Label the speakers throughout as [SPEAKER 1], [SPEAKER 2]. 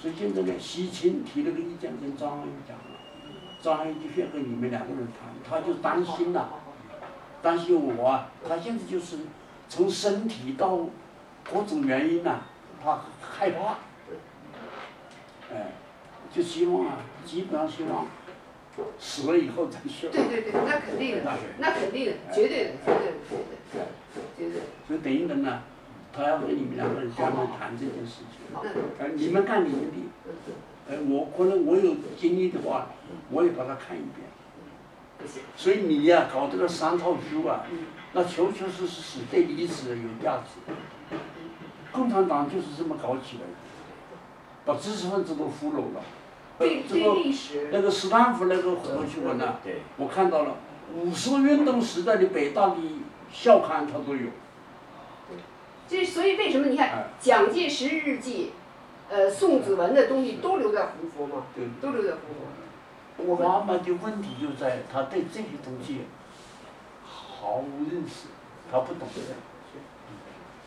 [SPEAKER 1] 所以现在呢，西青提了个意见跟张安玉讲了，张安玉的确跟你们两个人谈，他就担心了，担心我啊，他现在就是从身体到各种原因呐、他害怕，哎，就希望啊，基本上希望死了以后再说。
[SPEAKER 2] 对对对，那肯定的，那肯定的，绝对的，绝对的，绝对的，绝对的。
[SPEAKER 1] 所以等一等呢，他要跟你们两个人专门谈这件事情。
[SPEAKER 2] 那嗯
[SPEAKER 1] 呃，你们干你们的，呃，我可能我有精力的话，我也把它看一遍。所以你呀、搞这个三套书啊，
[SPEAKER 2] 嗯
[SPEAKER 1] 那求求是是是对历史有价值。共产党就是这么搞起来的，把知识分子都俘虏了。呃
[SPEAKER 2] 对
[SPEAKER 1] 这
[SPEAKER 2] 对
[SPEAKER 1] 个呃
[SPEAKER 2] 历史，
[SPEAKER 1] 那个斯坦福那个回去文呢，
[SPEAKER 3] 对，
[SPEAKER 1] 我看到了五四运动时代的北大的校刊它都有。
[SPEAKER 2] 这所以为什么你看
[SPEAKER 1] 哎
[SPEAKER 2] 蒋介石日记，呃，宋子文的东西都留在胡佛嘛，
[SPEAKER 1] 对
[SPEAKER 2] 都留在胡佛。
[SPEAKER 1] 我妈妈的问题就在她对这些东西毫无认识，她不懂的。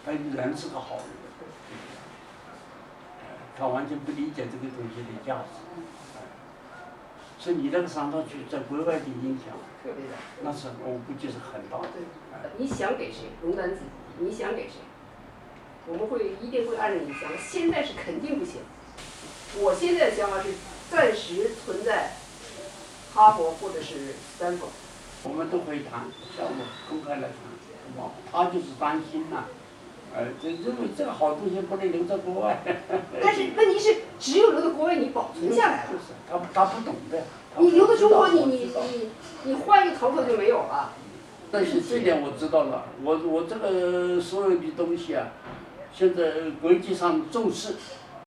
[SPEAKER 1] 她人是个好人，哎她完全不理解这个东西的价值。哎所以你那个三套剧在国外的影响，
[SPEAKER 2] 特别的，
[SPEAKER 1] 那是我估计是很大的。
[SPEAKER 2] 对，呃你想给谁？龙丹子，你想给谁？我们会一定会按照你想，现在是肯定不行。我现在的想法是暂时存在哈佛或者是斯坦福。
[SPEAKER 1] 我们都可以谈，下午公开来谈，好不好？她就是担心呐、呃，这认为这个好东西不能留在国外。
[SPEAKER 2] 但是问题是，只有留在国外，你保存下来
[SPEAKER 1] 就
[SPEAKER 2] 了。
[SPEAKER 1] 是他他不懂的。她不
[SPEAKER 2] 你留在中国，
[SPEAKER 1] 哎知
[SPEAKER 2] 你
[SPEAKER 1] 道
[SPEAKER 2] 你你你换一个头头就没有了。
[SPEAKER 1] 但是这点我知道了，我我这个所有的东西啊，现在国际上重视，